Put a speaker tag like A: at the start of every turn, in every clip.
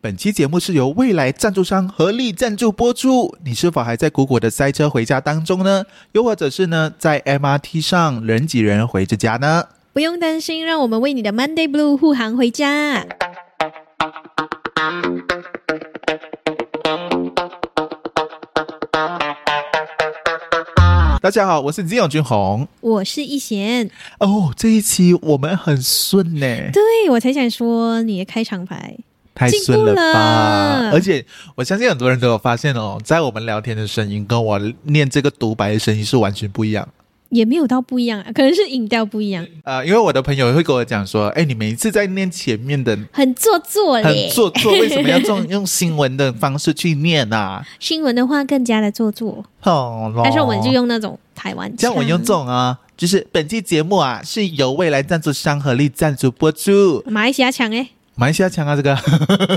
A: 本期节目是由未来赞助商合力赞助播出。你是否还在鼓鼓的塞车回家当中呢？又或者是呢，在 MRT 上人挤人回着家呢？
B: 不用担心，让我们为你的 Monday Blue 护航回家。
A: 大家好，我是金永俊宏。
B: 我是易贤，
A: 哦，这一期我们很顺呢、
B: 对我才想说你的开场白，
A: 太顺吧
B: 进步！了
A: 而且我相信很多人都有发现哦，在我们聊天的声音跟我念这个独白的声音是完全不一样。
B: 也没有到不一样，啊可能是音调不一样，
A: 呃，因为我的朋友会跟我讲说，哎，你每一次在念前面的
B: 很做作
A: 很
B: 嘞。
A: 做作，为什么要这种用新闻的方式去念啊？
B: 新闻的话更加的做作，
A: 哦，
B: 但是我们就用那种台湾腔，
A: 像我用这种啊，就是本期节目啊是由未来赞助商合力赞助播出。
B: 马来西亚腔哎，
A: 马来西亚强啊，这个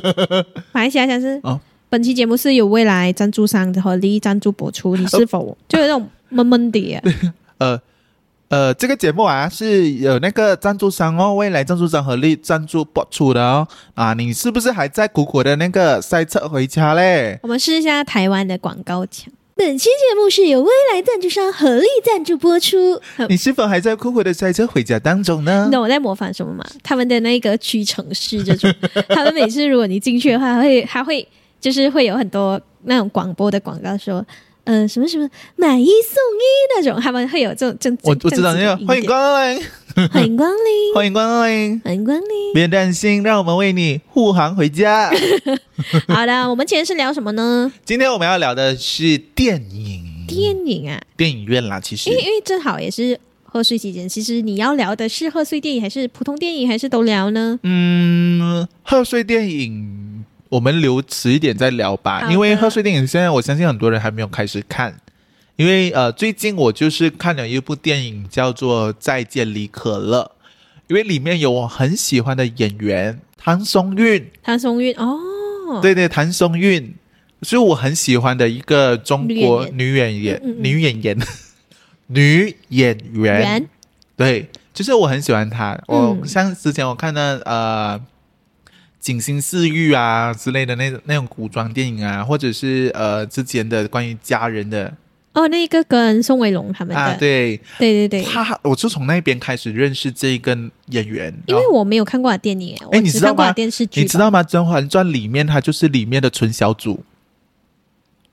B: 马来西亚腔是。
A: 哦
B: 本期节目是由未来赞助商和利益赞助播出，你是
A: 哦
B: 否就有那种闷闷啊的？
A: 呃呃，这个节目啊是有那个赞助商哦，未来赞助商合力赞助播出的哦。啊，你是不是还在苦苦的那个塞车回家嘞？
B: 我们试一下台湾的广告墙。本期节目是由未来赞助商合力赞助 播出。
A: 你是否还在苦苦的塞车回家当中呢
B: 你？懂我在模仿什么吗？他们的那个屈臣氏这 种，他们每次如果你进去的话，会还会就是会有很多那种广播的广告说，呃，什么什么买一送一那种，他们会有这种这
A: 我我知道那
B: 那
A: 个，欢迎光临，
B: 欢迎光临，
A: 欢迎光临，
B: 欢迎光临。
A: 别担心，让我们为你护航回 家。
B: 好的，我们今天是聊什么呢？
A: 今天我们要聊的是电影，
B: 电影啊，
A: 电影院啦，其实
B: 因为因为正好也是贺岁期间，其实你要聊的是贺岁电影，还是普通电影，还是都聊呢？
A: 嗯，贺岁电影我们留迟一点再聊吧
B: 好，的
A: 因为贺岁电影现在我相信很多人还没有开始看，因为呃，最近我就是看了一部电影叫做《再见李可乐》，因为里面有我很喜欢的演员唐松韵，
B: 唐松韵哦，
A: 对对，谭松韵是我很喜欢的一个中国女演员
B: 嗯嗯、嗯
A: 女演员、女演员
B: 袁。
A: 对，就是我很喜欢她。我、
B: 嗯
A: 像之前我看的呃《锦心似玉》啊之类的那那种古装电影啊，或者是呃之前的关于家人的
B: 哦，那个跟宋威龙他们的，
A: 啊，对，
B: 对对对
A: 她我就从那边开始认识这个演员。
B: 因
A: 然
B: 为
A: 后
B: 我没有看过他的电影，
A: 哦哎
B: 我
A: 你
B: 只
A: 知道
B: 看过他
A: 吗
B: 的电视剧吧。
A: 你知道吗？《甄嬛传》里面她就是里面的纯小主。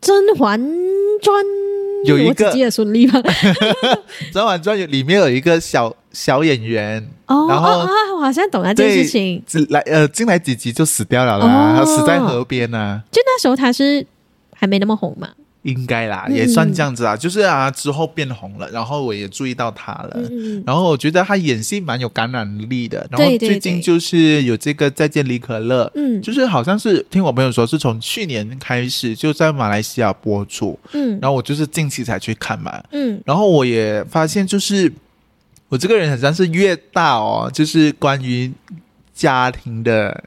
B: 《甄嬛传》
A: 有一
B: 我只
A: 个
B: 记得孙俪 吧？
A: 《甄嬛传》里面有一个小小演员，
B: 哦
A: 然后
B: 哦哦，我好像懂了这件事情。
A: 只来呃进来几集就死掉了
B: 哦
A: 啦，他死在河边啊呐、
B: 就那时候他是还没那么红嘛，
A: 应该啦，
B: 嗯
A: 也算这样子啊，就是啊之后变红了，然后我也注意到他了。
B: 嗯嗯，嗯
A: 然后我觉得他演戏蛮有感染力的，然后
B: 对对
A: 最近
B: 对
A: 就是有这个《再见李可乐》，
B: 嗯
A: 就是好像是听我朋友说是从去年开始就在马来西亚播出，
B: 嗯
A: 然后我就是近期才去看嘛，
B: 嗯，
A: 然后我也发现，就是我这个人好像是越大哦，就是关于家庭的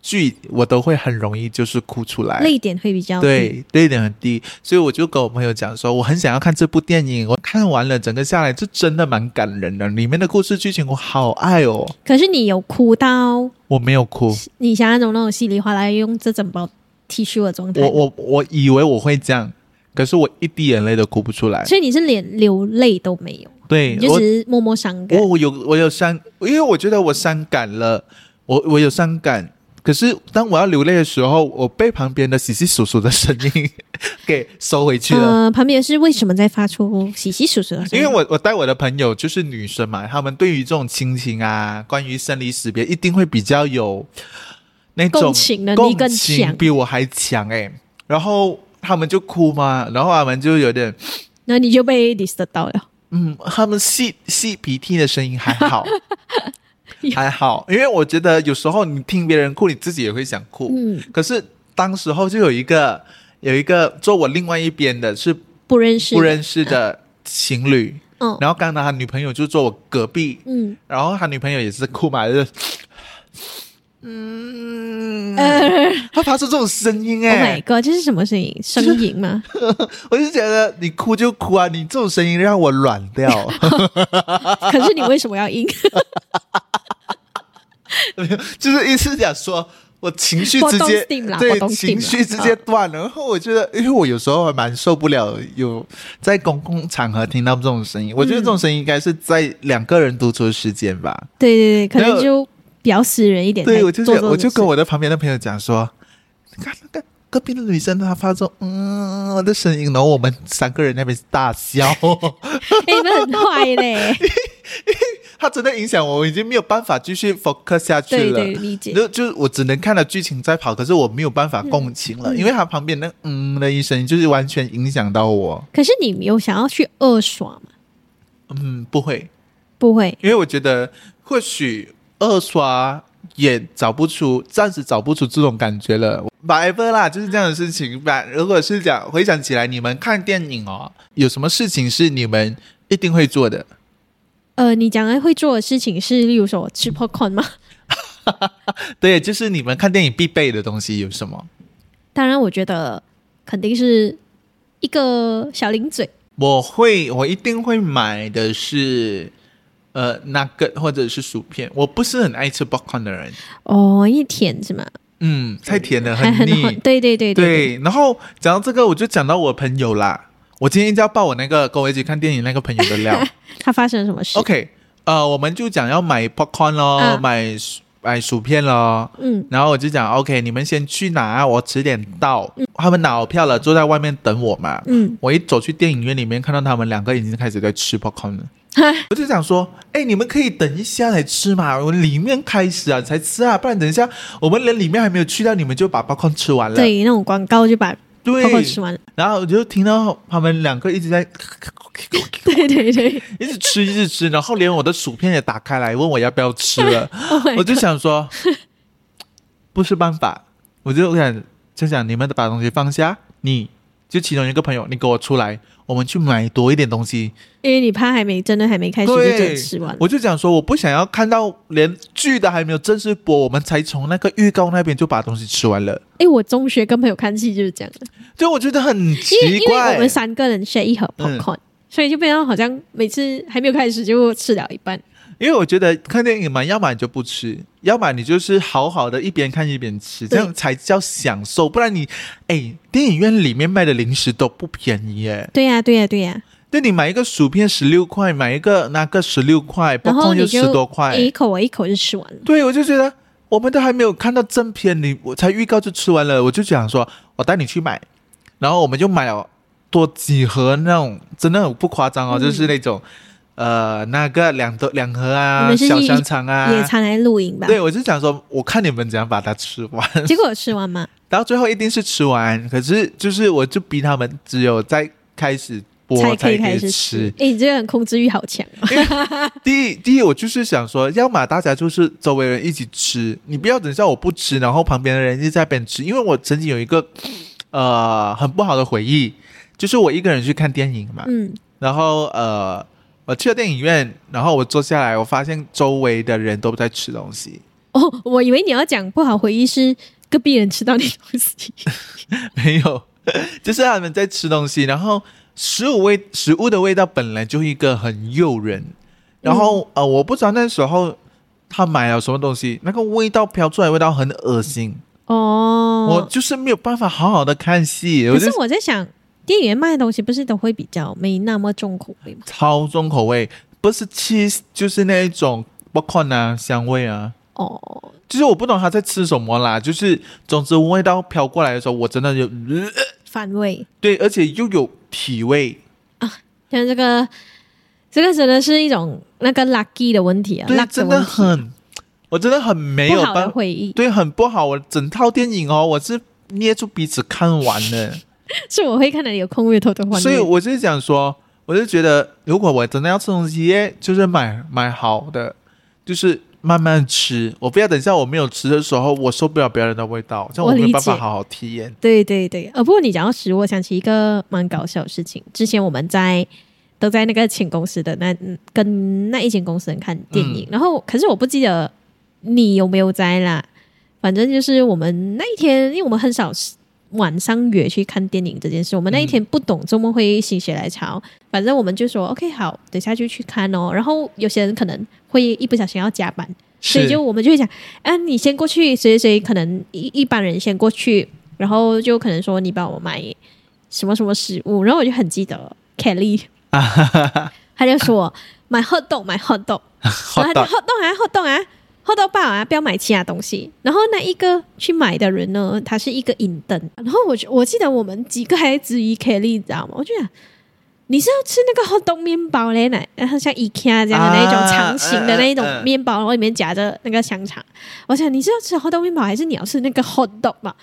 A: 剧，我都会很容易就是哭出来。
B: 泪点会比较低，
A: 哎对，泪点很低，所以我就跟我朋友讲说，我很想要看这部电影。我看完了，整个下来这真的蛮感人的，里面的故事剧情我好爱哦。
B: 可是你有哭到
A: 我没有哭，
B: 你想象中那种稀里哗啦用这整包 T 恤的状态
A: 我，我我以为我会这样，可是我一滴眼泪都哭不出来。
B: 所以你是连流泪都没有，啊
A: 对，
B: 你
A: 我
B: 就只是默默伤感
A: 我。我有我有伤，因为我觉得我伤感了，我我有伤感。可是当我要流泪的时候，我被旁边的洗洗簌簌的声音 给收回去了。
B: 呃，旁边是为什么在发出洗洗簌簌的声
A: 因
B: 音？
A: 为我我带我的朋友就是女生嘛，她们对于这种亲情啊，关于生离死别，一定会比较有那种
B: 共情能
A: 共
B: 力更
A: 情
B: 强，
A: 比我还强哎、然后他们就哭嘛，然后他们就有点
B: 然后你就被 disturb 到了。，
A: 嗯，他们吸吸鼻涕的声音还好还好，因为我觉得有时候你听别人哭，你自己也会想哭。
B: 嗯，
A: 可是当时候就有一个有一个坐我另外一边的是
B: 不认识，
A: 不认识的
B: 啊
A: 情侣，
B: 嗯
A: 然后刚才他女朋友就坐我隔壁，
B: 嗯，
A: 然后他女朋友也是哭嘛，就是，嗯，
B: 呃
A: 他发出这种声音
B: ，Oh
A: 哎、
B: my god，这是什么声音？呻吟吗？
A: 我就觉得你哭就哭啊，你这种声音让我软掉。
B: 可是你为什么要赢？
A: 就是意思讲说，我情绪
B: 波
A: 直
B: 动
A: 接
B: steam 啦波
A: 对
B: 动 steam
A: 情
B: 啦
A: 绪直接断了。然后我觉得，因为我有时候还蛮受不了有在公共场合听到这种声音。我觉得这种声音应该是在两个人独处的时间吧。
B: 对对对，可
A: 那
B: 能就比较私人一点。
A: 对，
B: 在
A: 我就
B: 哎做
A: 是
B: 这种
A: 我就
B: 事
A: 跟我的旁边的朋友讲说，你看那个隔壁的女生她发出嗯的声音，然后我们三个人那边大笑，
B: 哎，你们很坏嘞。
A: 她真的影响我，我已经没有办法继续 focus 下去
B: 对
A: 了。
B: 对，嗯理解。
A: 就就是我只能看到剧情在跑，可是我没有办法共情了，因为他旁边那嗯的一声，就是完全影响到我。
B: 可是你有想要去二刷吗？
A: 嗯，不会，
B: 不会，
A: 因为我觉得或许二刷也找不出，暂时找不出这种感觉了。whatever 啦，就是这样的事情吧。如果是讲回想起来，你们看电影哦，有什么事情是你们一定会做的？
B: 呃，你讲的会做的事情是，例如说我吃 popcorn 吗？
A: 对，就是你们看电影必备的东西有什么？
B: 当然，我觉得肯定是一个小零嘴。
A: 我会，我一定会买的是，呃，那个或者是薯片。我不是很爱吃 popcorn 的人，
B: 哦，一甜是吗？
A: 嗯，太甜了，
B: 还
A: 很
B: 很
A: 腻。
B: 好对对对对，
A: 对，然后讲到这个，我就讲到我朋友啦。我今天就要爆我那个跟我一起看电影那个朋友的 料。
B: 它发生了什么事？
A: OK，呃，我们就讲要买 popcorn 咯，
B: 啊
A: 买薯买薯片咯。
B: 嗯，
A: 然后我就讲 OK，你们先去拿，我迟点到。他们拿好票了，坐在外面等我嘛。
B: 嗯，
A: 我一走去电影院里面，看到他们两个已经开始在吃 popcorn 了，我就想说，哎、你们可以等一下来吃嘛，我们里面开始啊才吃啊，不然等一下我们连里面还没有去到，你们就把 popcorn 吃完了。
B: 对，那种广告就把 popcorn 吃
A: 对，
B: 完了。
A: 然后我就听到他们两个一直在
B: 对对对
A: 一直吃一直吃，然后连我的薯片也打开来问我要不要吃 了，
B: ，Oh my
A: 我就想 说不是办法，我就想就想你们把东西放下，你就其中一个朋友你给我出来，我们去买多一点东西，
B: 因为你怕还没真的还没开始就
A: 对
B: 真的吃完了。
A: 我就讲说，我不想要看到连剧的还没有正式播，我们才从那个预告那边就把东西吃完了，
B: 哎，我中学跟朋友看戏就是这样的，
A: 就我觉得很奇
B: 因为因为
A: 怪。
B: 我们三个人 share 一盒
A: 嗯
B: popcorn，所以就变成好像每次还没有开始就吃了一半。
A: 因为我觉得看电影嘛，要么你就不吃，要么你就是好好的一边看一边吃，这
B: 对
A: 样才叫享受。不然你，哎，电影院里面卖的零食都不便宜耶。
B: 对呀
A: 啊
B: 对呀对呀，
A: 那你买一个薯片十六块，买一个那个十六块，包
B: 然后
A: 括
B: 你
A: 就
B: 就
A: 十多块。
B: 哎一口我一口就吃完了。
A: 对，我就觉得我们都还没有看到正片，你我才预告就吃完了，我就想说，我带你去买，然后我们就买了多几盒那种，真的不夸张哦，
B: 嗯
A: 就是那种呃那个两多两盒
B: 你
A: 啊，
B: 们是
A: 小
B: 一
A: 香肠啊，
B: 野餐来露营吧。
A: 对，我就想说，我看你们怎样把它吃完，
B: 结果有吃 完吗？
A: 然后最后一定是吃完，可是就是我就逼他们只有在开始播
B: 才可
A: 才
B: 以
A: 可
B: 开始
A: 以
B: 吃
A: 吃。。
B: 哎，你这个人控制欲好强啊！
A: 第一，第一，我就是想说，要么大家就是周围人一起吃，你不要等一下我不吃，然后旁边的人一直在那边吃，因为我曾经有一个呃很不好的回忆，就是我一个人去看电影嘛，
B: 嗯，
A: 然后呃我去了电影院，然后我坐下来，我发现周围的人都在吃东西，
B: 哦，我以为你要讲不好回忆是隔壁人吃到你东西，
A: 没有， 就是他们在吃东西，然后食物味食物的味道本来就一个很诱人，然后、
B: 嗯
A: 呃，我不知道那时候他买了什么东西，那个味道飘出来，味道很恶心， 我
B: 哦。
A: 就是没有办法好好的看戏，我
B: 可
A: 就是
B: 我在想，店员卖的东西不是都会比较没那么重口味吗？
A: 超重口味，不是 cheese 就是那一种 popcorn 啊香味啊。
B: 哦，
A: 就是我不懂他在吃什么啦，就是总之味道飘过来的时候，我真的就、 呃
B: 反胃，
A: 对，而且又有体味，
B: 像这个，这个真的是一种那个 lucky 的问题啊
A: 对，
B: ，luck
A: 真的
B: 问题，
A: 很，我真的很没有
B: 不好
A: 办
B: 的
A: 法，
B: 回忆，
A: 对，很不好。我整套电影哦，我是捏住鼻子看完的，
B: 是我会看到你有空位偷偷换位，
A: 所以我就是想说，我就觉得，如果我真的要吃东西，就是买买好的，就是慢慢吃，我不要等一下我没有吃的时候，我受不了别人的味道，这样
B: 我
A: 我没有
B: 理
A: 办法
B: 解
A: 好好体验。
B: 对对对，呃，不过你讲到食物，我想起一个蛮搞笑的事情。之前我们在都在那个请公司的那嗯跟那一间公司人看电影，然后可是我不记得你有没有在啦。反正就是我们那一天，因为我们很少晚上约去看电影这件事，我们那一天不懂周末会心血来潮，反正我们就说 OK 好，等下就去看哦。然后有些人可能会一不小心要加班，所以
A: 是
B: 就我们就会讲，啊，你先过去，谁谁谁，可能一一般人先过去，然后就可能说你帮我买什么什么食物，然后我就很记得 Kelly，他就说买 hot dog 买 hot dog，然后
A: hot
B: 他就
A: dog
B: hot dog 啊 hot dog 啊 hot dog 爸啊，不要买其他东西。然后那一个去买的人呢，他是一个影灯，然后我就我记得我们几个还质疑 Kelly，你知道吗？我就想。你是要吃那个 hot dog 面包嘞？奶，然后像 IKEA 这样的那一种
A: 啊
B: 长形的
A: 嗯
B: 那一种
A: 嗯嗯
B: 面包，然后里面夹着那个香肠。我想你是要吃 hot dog 面包，还是你要吃那个 hot dog 嘛？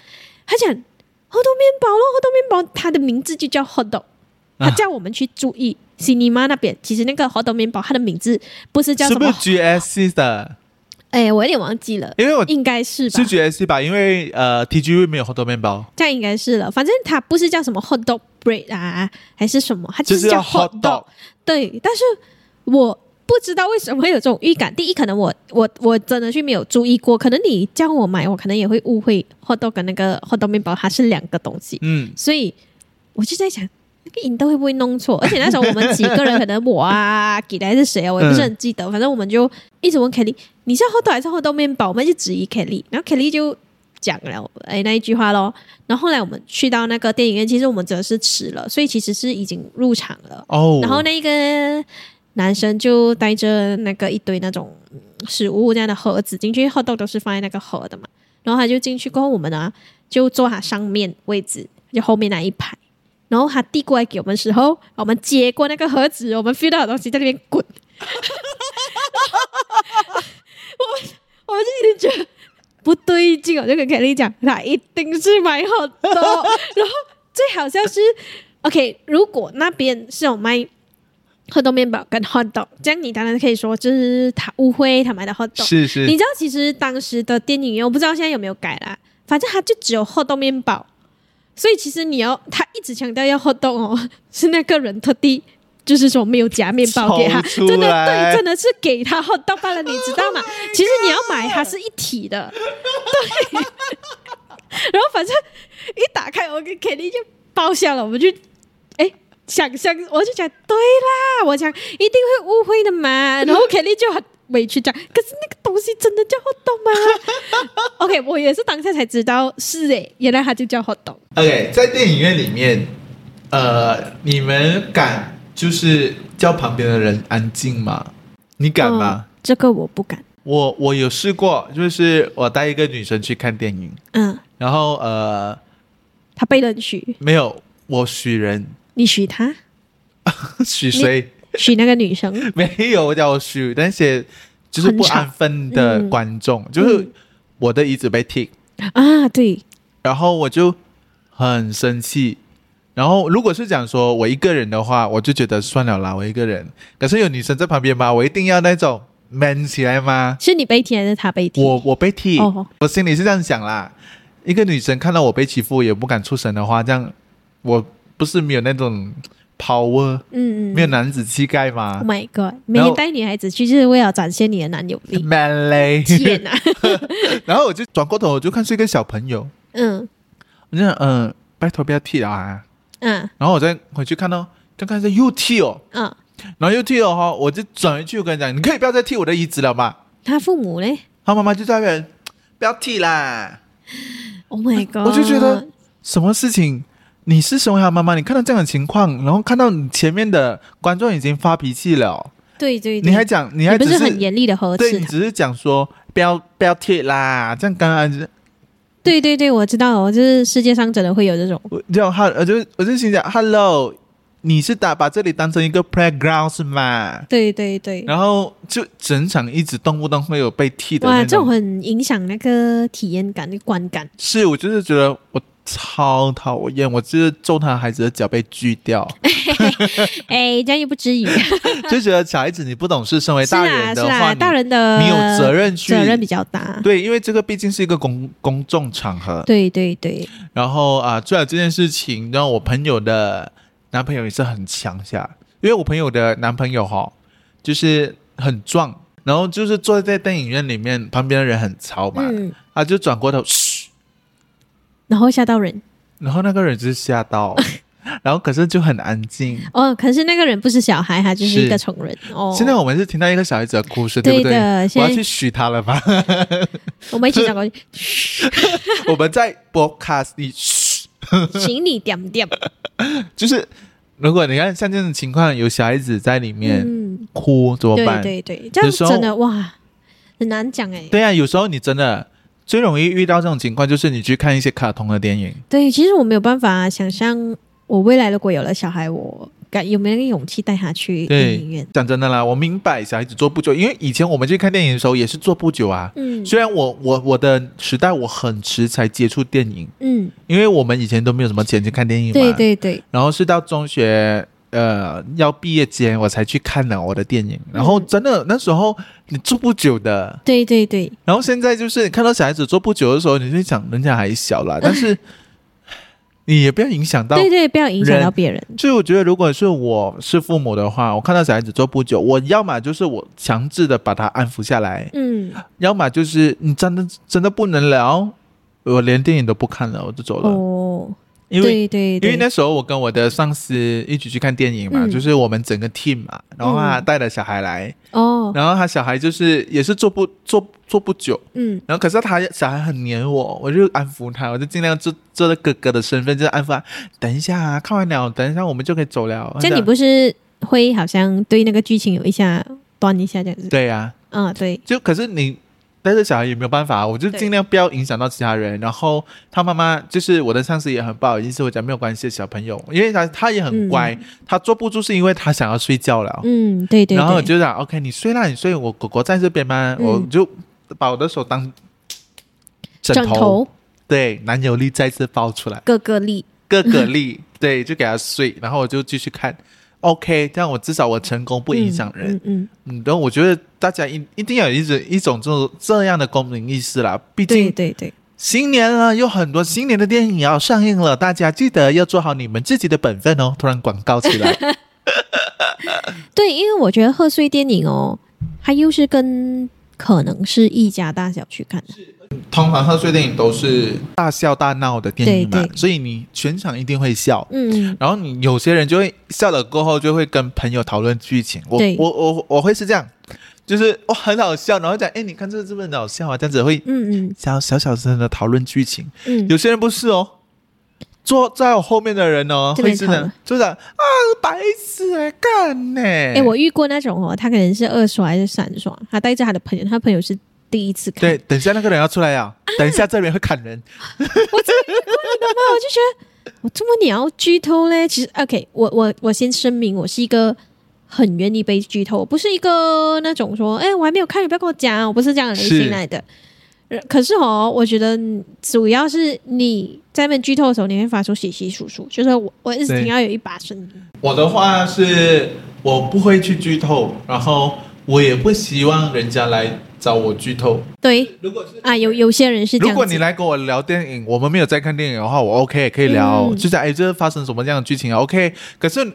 B: 他讲 hot dog 面包咯，hot dog 面包，它的名字就叫 hot dog。他叫我们去注意 cinema 那边，其实那个 hot dog 面包它的名字不是叫
A: 是
B: 什
A: 不
B: 么
A: 是 GSC 的？
B: 哎、我有点忘记了，
A: 因为我
B: 应该是吧
A: 是？GSC 吧，因为呃 TGV 没有 hot dog 面包，
B: 这样应该是了。反正它不是叫什么 hot dog bread 啊，还是什么，它
A: 就是是
B: 叫
A: 要
B: hot
A: hot
B: dog
A: dog。
B: 对，但是我不知道为什么会有这种预感。第一，可能我我我真的去没有注意过，可能你叫我买，我可能也会误会 hot dog 跟那个 hot dog 面包它是两个东西。
A: 嗯，
B: 所以我就在想，那个影灯会不会弄错？而且那时候我们几个人，可能我啊，给的还是谁啊，我也不是很记得。反正我们就一直问 Kelly，你是要厚豆还是厚豆面包？我们就质疑 Kelly，然后 Kelly 就讲了哎那一句话咯。然后后来我们去到那个电影院，其实我们只是迟了，所以其实是已经入场了。
A: 哦，
B: 然后那一个男生就带着那个一堆那种嗯食物这样的盒子进去，后豆都是放在那个盒的嘛。然后他就进去过后，我们呢、啊就坐他上面位置，就后面那一排。然后他递过来给我们的时候，我们接过那个盒子，我们 feel 到的东西在那边滚。 我们我们就有点觉得不对劲，我就跟 Kelly 讲，他一定是买好多。然后最好笑是，OK，如果那边是有卖 hot dog 面包跟 hot dog，这样你当然可以说就是他误会他买的 hot dog。
A: 是
B: 你
A: 是
B: 知道，其实当时的电影院，我不知道现在有没有改啦，反正它就只有 hot dog 面包，所以其实你要他一直强调要 hot dog 哦，是那个人特地就是说没有夹面包给他，
A: 抽
B: 真的
A: 出来 Oh
B: 对，真的是给他 hot dog 罢了，你知道吗？其实你要买它是一体的， 对。 然后反正一打开，我跟 Kelly 就爆笑了，我们就哎。想象，我就讲对啦，我讲一定会误会 的嘛。然后 Kelly 就很委屈讲，可是那个东西真的叫 hot dog 吗 ？OK，我也是当下才知道是诶、原来它就叫 hot dog。
A: OK，在电影院里面，呃，你们敢就是叫旁边的人安静吗？你敢吗？
B: 嗯这个我不敢。
A: 我我有试过，就是我带一个女生去看电影，
B: 嗯，
A: 然后呃
B: 他被人许，
A: 没有，我许人
B: 你许他，
A: 许谁
B: 许那个女生。
A: 没有，我叫我许那些就是不
B: 很吵
A: 安分的
B: 嗯
A: 观众，就是
B: 嗯
A: 我的椅子被踢，
B: 啊，对，
A: 然后我就很生气。然后如果是讲说我一个人的话，我就觉得算了啦，我一个人。可是有女生在旁边嘛，我一定要那种 man 起来吗？
B: 是你被踢还是他被踢？
A: 我我被踢，
B: 哦
A: 我心里是这样想啦。一个女生看到我被欺负也不敢出声的话，这样我不是没有那种 power，
B: 嗯嗯，
A: 没有男子气概
B: Oh
A: 吗、
B: my god！每天带女孩子去，就是为了展现你的男 友力。
A: m a n 嘞。
B: 天啊，
A: 然后我就转过头，我就看是一个小朋友，
B: 嗯
A: 我就想，嗯、拜托不要踢啊。
B: 嗯
A: 然后我再回去看到，刚刚是又踢哦。
B: 嗯，
A: 然后又踢了哈，我就转回去我跟他讲，你可以不要再踢我的椅子了嘛。
B: 他父母嘞
A: 他妈妈就在那边，不要踢啦。
B: ？Oh my god！
A: 我就觉得什么事情，你是身为他妈妈，你看到这样的情况，然后看到你前面的观众已经发脾气了，
B: 对对对，
A: 你还讲，你还
B: 你不
A: 只
B: 是很严厉的呵
A: 对
B: 斥
A: 你
B: 他？
A: 只是讲说不要不要踢啦，这样刚刚
B: 对对对，我知道，我就是世界上真的会有这种。
A: 我就哈，我就我就心想，hello，你是打把这里当成一个 playground 是吗？
B: 对对对，
A: 然后就整场一直动不动会有被踢的
B: 哇，
A: 那
B: 这种很影响那个体 验感、观感。
A: 是我就是觉得我超讨厌，我就是揍他孩子的脚被锯 掉，
B: 哎，这样又 不至于。
A: 就觉得小孩子你不懂事，身为
B: 是
A: 大
B: 啦
A: 人
B: 是
A: 的
B: 啦，
A: 话，
B: 大人的
A: 你你有责任去
B: 责任比较大。
A: 对，因为这个毕竟是一个公公众场合。
B: 对对对，
A: 然后啊，做了这件事情，然后我朋友的男朋友也是很强下，因为我朋友的男朋友哈、就是很壮，然后就是坐在电影院里面，旁边的人很吵嘛，
B: 嗯，
A: 他就转过头，嘘，
B: 然后吓到人。
A: 然后那个人就是吓到，然后可是就很安静。
B: 哦，可是那个人不是小孩，他就是
A: 是
B: 一个成人哦。
A: 现在我们是听到一个小孩子的故事，不
B: 对
A: 对？
B: 的
A: 我
B: 现
A: 要
B: 在
A: 去许他了吧？
B: 我们一起讲过去，
A: 我们在 broadcast 里，嘘
B: 请你点点。
A: 就是如果你看像这种情况，有小孩子在里面、
B: 嗯，
A: 哭怎么
B: 对
A: 办？
B: 对对，这样
A: 有时候
B: 真的哇，很难讲哎。
A: 对啊，有时候你真的最容易遇到这种情况，就是你去看一些卡通的电影。
B: 对，其实我没有办法想象，我未来如果有了小孩，我敢有没有那个勇气带他去
A: 对
B: 电影院？
A: 讲真的啦，我明白小孩子坐不久，因为以前我们去看电影的时候也是坐不久啊。
B: 嗯
A: 虽然我我我的时代我很迟才接触电影，
B: 嗯，
A: 因为我们以前都没有什么钱去看电影嘛。
B: 对对对，
A: 然后是到中学呃要毕业前我才去看了我的电影，然后真的、那时候你坐不久的，
B: 对对对，
A: 然后现在就是看到小孩子坐不久的时候，你就想 人家还小啦，但是你也不要影响到。
B: 对对，不要影响
A: 人
B: 到别人。
A: 所以我觉得，如果是我是父母的话，我看到小孩子坐不久，我要么就是我强制的把他安抚下来，
B: 嗯，
A: 要么就是你真的真的不能聊，我连电影都不看了，我就走了。
B: 哦，
A: 因为
B: 对对
A: 因为
B: 对，
A: 那时候我跟我的上司一起去看电影嘛，
B: 嗯
A: 就是我们整个 team 嘛，然后他
B: 嗯
A: 带了小孩来，
B: 哦，
A: 然后他小孩就是也是坐不坐坐不久，
B: 嗯
A: 然后可是他小孩很黏我，我就安抚他，我就尽量做做到哥哥的身份，就是安抚他。等一下啊，看完了，等一下我们就可以走了。
B: 这样你不是会好像对那个剧情有一下端一下这样子？
A: 对呀、
B: 嗯，对，
A: 就可是你带着小孩也没有办法，我就
B: 对
A: 尽量不要影响到其他人。然后他妈妈就是我的上司也很不好意思，我讲没有关系，小朋友，因为他他也很乖，他坐不住是因为他想要睡觉了。
B: 嗯，对对对，
A: 哦然后我就讲 OK，你睡啦，你睡，我狗狗在这边吗？
B: 嗯
A: 我就把我的手当枕头，
B: 枕头
A: 对，男友力再次爆出来。
B: 哥哥力，
A: 哥哥力， 对，就给他睡，然后我就继续看。OK，这样我至少我成功不影响人。
B: 嗯嗯，
A: 嗯，然后我觉得大家一一定要有一种一种这种这样的公民意识啦。毕
B: 嗯对
A: 竟
B: 对对，
A: 新年了，有很多新年的电影要上映了，大家记得要做好你们自己的本分哦。突然广告起来，
B: 对，因为我觉得贺岁电影哦，它又是跟可能是一家大小去看的，
A: 通常贺岁电影都是大笑大闹的电影嘛
B: 对，对
A: 所以你全场一定会笑。
B: 嗯，
A: 然后你有些人就会笑了过后就会跟朋友讨论剧情。我
B: 对
A: 我我我会是这样，就是我很好笑，然后讲哎，你看这是不是很好笑啊？这样子会
B: 嗯嗯
A: 小小小声的讨论剧情。
B: 嗯，
A: 有些人不是哦，坐在我后面的人哦，
B: 这边
A: 会是
B: 讨
A: 的
B: 论，
A: 就是啊，白痴来干呢、
B: 哎、我遇过那种哦，他可能是二刷还是三刷，他带着他的朋友，他朋友是第一次看，
A: 对，等一下那个人要出来啊，等一下这边会砍人。
B: 我就觉得，我哦这么你要剧透嘞？其实，OK，我我我先声明，我是一个很愿意被剧透，我不是一个那种说，哎、我还没有看，你不要跟我讲啊，我不是这样的类
A: 是
B: 型来的。呃可是哦，我觉得主要是你在那剧透的时候，你会发出稀稀疏疏，就是我我一直
A: 对
B: 听到有一把声音，
A: 我的话是我不会去剧透，然后我也不希望人家来找我剧透。
B: 对
A: 如果是
B: 啊，有有些人是这
A: 如
B: 样
A: 果
B: 子。
A: 你来跟我聊电影，我们没有在看电影的话，我 OK 可以聊，
B: 嗯
A: 就讲哎，这发生什么样的剧情啊？OK，可是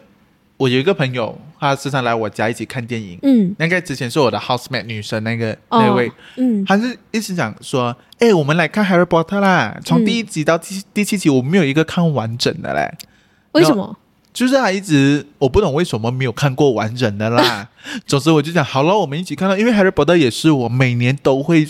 A: 我有一个朋友，他时常来我家一起看电影，
B: 嗯，
A: 那个之前是我的 housemate 女生那个、
B: 哦
A: 那位，
B: 嗯，
A: 她是一直讲说，哎，我们来看《Harry Potter》啦，从
B: 嗯
A: 第一集到第、第七集，我没有一个看完整的嘞。
B: 为什么？
A: 就是他一直我不懂为什么没有看过完整的 啦。总之我就讲好了，我们一起看到，因为《Harry Potter》也是我每年都会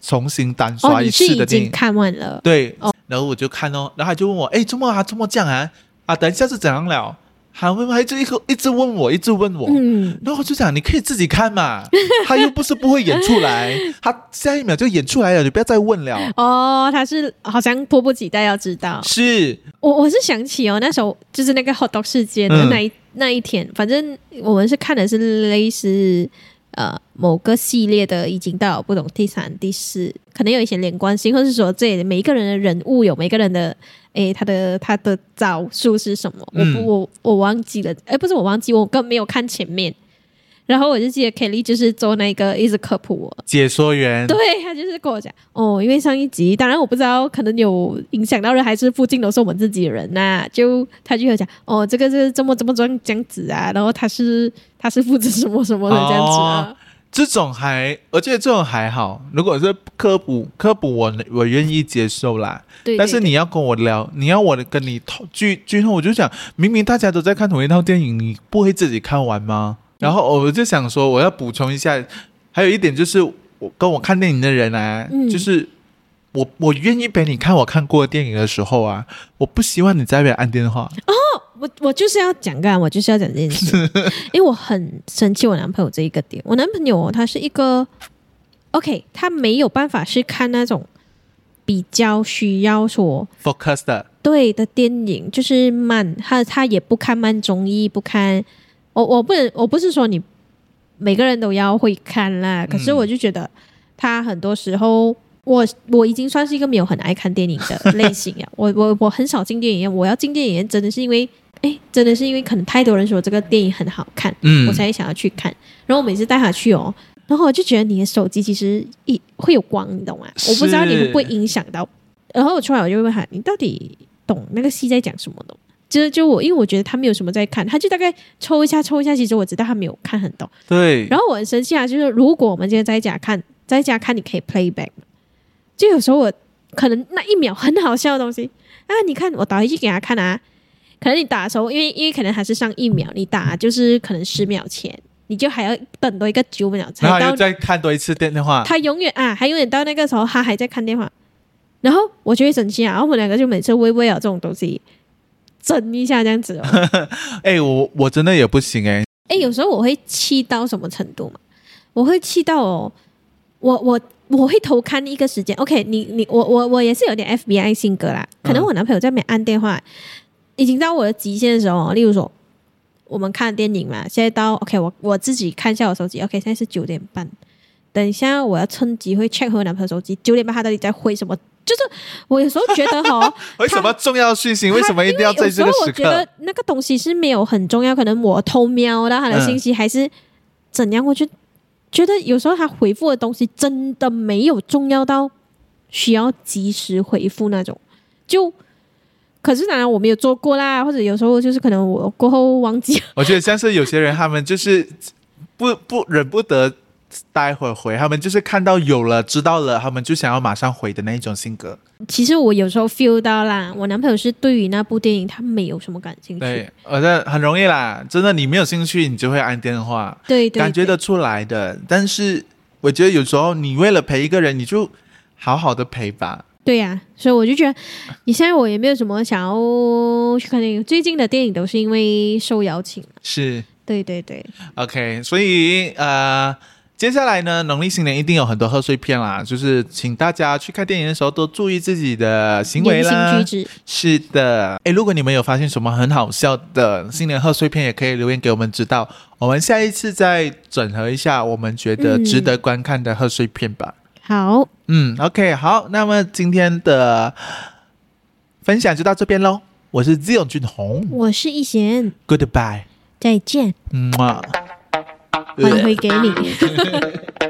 A: 重新单
B: 哦，
A: 刷一
B: 你是
A: 次
B: 已
A: 的电影。
B: 经看完了，
A: 对，
B: 哦
A: 然后我就看哦，然后他就问我，哎，周末啊，周末这样啊，啊，等一下是怎样了？他问，他就一个一直问我，一直问我，
B: 嗯，
A: 然后我就想，你可以自己看 嘛，他又不是不会演出来，他下一秒就演出来了，你不要再问了。
B: 哦，他是好像迫不及待要知道，
A: 是，
B: 我我是想起哦，那时候就是那个 hot dog 事件的
A: 嗯
B: 那一、那一天，反正我们是看的是类似呃某个系列的，已经到不懂第三、第四，可能有一些连贯性，或是说这里每一个人的人物有每一个人的诶他的他的招数是什么？我
A: 嗯
B: 不我我忘记了，诶，不是我忘记，我根本没有看前面。然后我就记得 Kelly 就是做那个一直科普我，
A: 解说 员，
B: 对他就是跟我讲哦，因为上一集，当然我不知道，可能有影响到人，还是附近都是我们自己人呐、就他就有讲哦，这个是这么这么这样这样子啊，然后他是他是负责什么什么的这样子啊，
A: 这种还，而且这种还好。如果是科普科普我，我愿意接受啦。
B: 对，
A: 但是
B: 对
A: 你要跟我聊，你要我跟你透剧剧透，我就想，明明大家都在看同一套电影，你不会自己看完吗？然后我就想说，我要补充一下，还有一点就是，我跟我看电影的人啊，
B: 嗯
A: 就是我我愿意陪你看我看过的电影的时候啊，我不希望你在那边按电话。
B: 我我就是要讲干，我就是要讲这件 事，因为我很生气我男朋友这一个点。我男朋友、哦、他是一个，OK，他没有办法是看那种比较需要说
A: focus 的，
B: 对的电影，就是慢，他他也不看慢综艺，不看我我不能我不是说你每个人都要会看啦，可是
A: 嗯
B: 我就觉得他很多时候。我我已经算是一个没有很爱看电影的类型了，我我我很少进电影院，我要进电影院真的是因为，哎，真的是因为可能太多人说这个电影很好看，
A: 嗯
B: 我才想要去看。然后我每次带他去哦，然后我就觉得你的手机其实一会有光，你懂吗？我不知道你会不会影响到。然后我出来我就会问他，你到底懂那个戏在讲什么的吗？就是就我，因为我觉得他没有什么在看，他就大概抽一下抽一下。其实我知道他没有看很懂。
A: 对，
B: 然后我很生气啊，就是如果我们今天在家看，在家看你可以 playback，就有时候我可能那一秒很好笑的东西啊，你看我打回去给他看啊，可能你打的时候，因为因为可能还是上一秒，你打就是可能十秒前，你就还要等多一个九秒才
A: 然后
B: 到
A: 又再看多一次电话，
B: 他永远啊，还永远到那个时候，他还在看电话，然后我就会生气啊，然后我们两个就每次微微啊这种东西争一下这样子哦。
A: 哎、我我真的也不行哎、
B: 哎，有时候我会气到什么程度嘛？我会气到哦，我我我会偷看一个时间。OK，你你我我我也是有点 FBI 性格啦，可能
A: 嗯，
B: 我男朋友在那边按电话，已经到我的极限的时候哦，例如说我们看电影嘛，现在到 OK，我我自己看一下我手机，OK，现在是九点半。等一下，我要趁机会 check 回我男朋友手机。九点半他到底在回什么？就是我有时候觉得哦哈
A: 为什么重要讯息为什么一定要在这个
B: 因为有时候
A: 时
B: 我觉得
A: 刻？
B: 那个东西是没有很重要，可能我偷瞄到他的信啊息还是怎样，我就觉得有时候他回复的东西真的没有重要到需要及时回复那种。就可是当然我没有做过啦，或者有时候就是可能我过后忘记了，
A: 我觉得像是有些人，他们就是不不忍不得待会儿回，他们就是看到有了知道了，他们就想要马上回的那一种性格。
B: 其实我有时候 feel 到啦，我男朋友是对于那部电影他没有什么感兴趣，
A: 对，而且很容易啦，真的你没有兴趣，你就会按电话，
B: 对对，
A: 感觉
B: 对
A: 得出来的。但是我觉得有时候你为了陪一个人，你就好好的陪吧。
B: 对呀、所以我就觉得，你现在我也没有什么想要去看电影。最近的电影都是因为受邀请，
A: 是。
B: 对对对，
A: OK，所以呃，接下来呢，农历新年一定有很多贺岁片啦，就是请大家去看电影的时候都注意自己的行为
B: 言行
A: 啦
B: 举。止。
A: 是的，诶，如果你们有发现什么很好笑的新年贺岁片，也可以留言给我们知道，我们下一次再整合一下我们觉得
B: 嗯
A: 值得观看的贺岁片吧。
B: 好，
A: 嗯 o k 好，那么今天的分享就到这边喽。我是 Zion 俊宏嗯
B: 我是一贤，
A: ，Goodbye，
B: 再见，
A: 嗯啊。
B: 还回给你。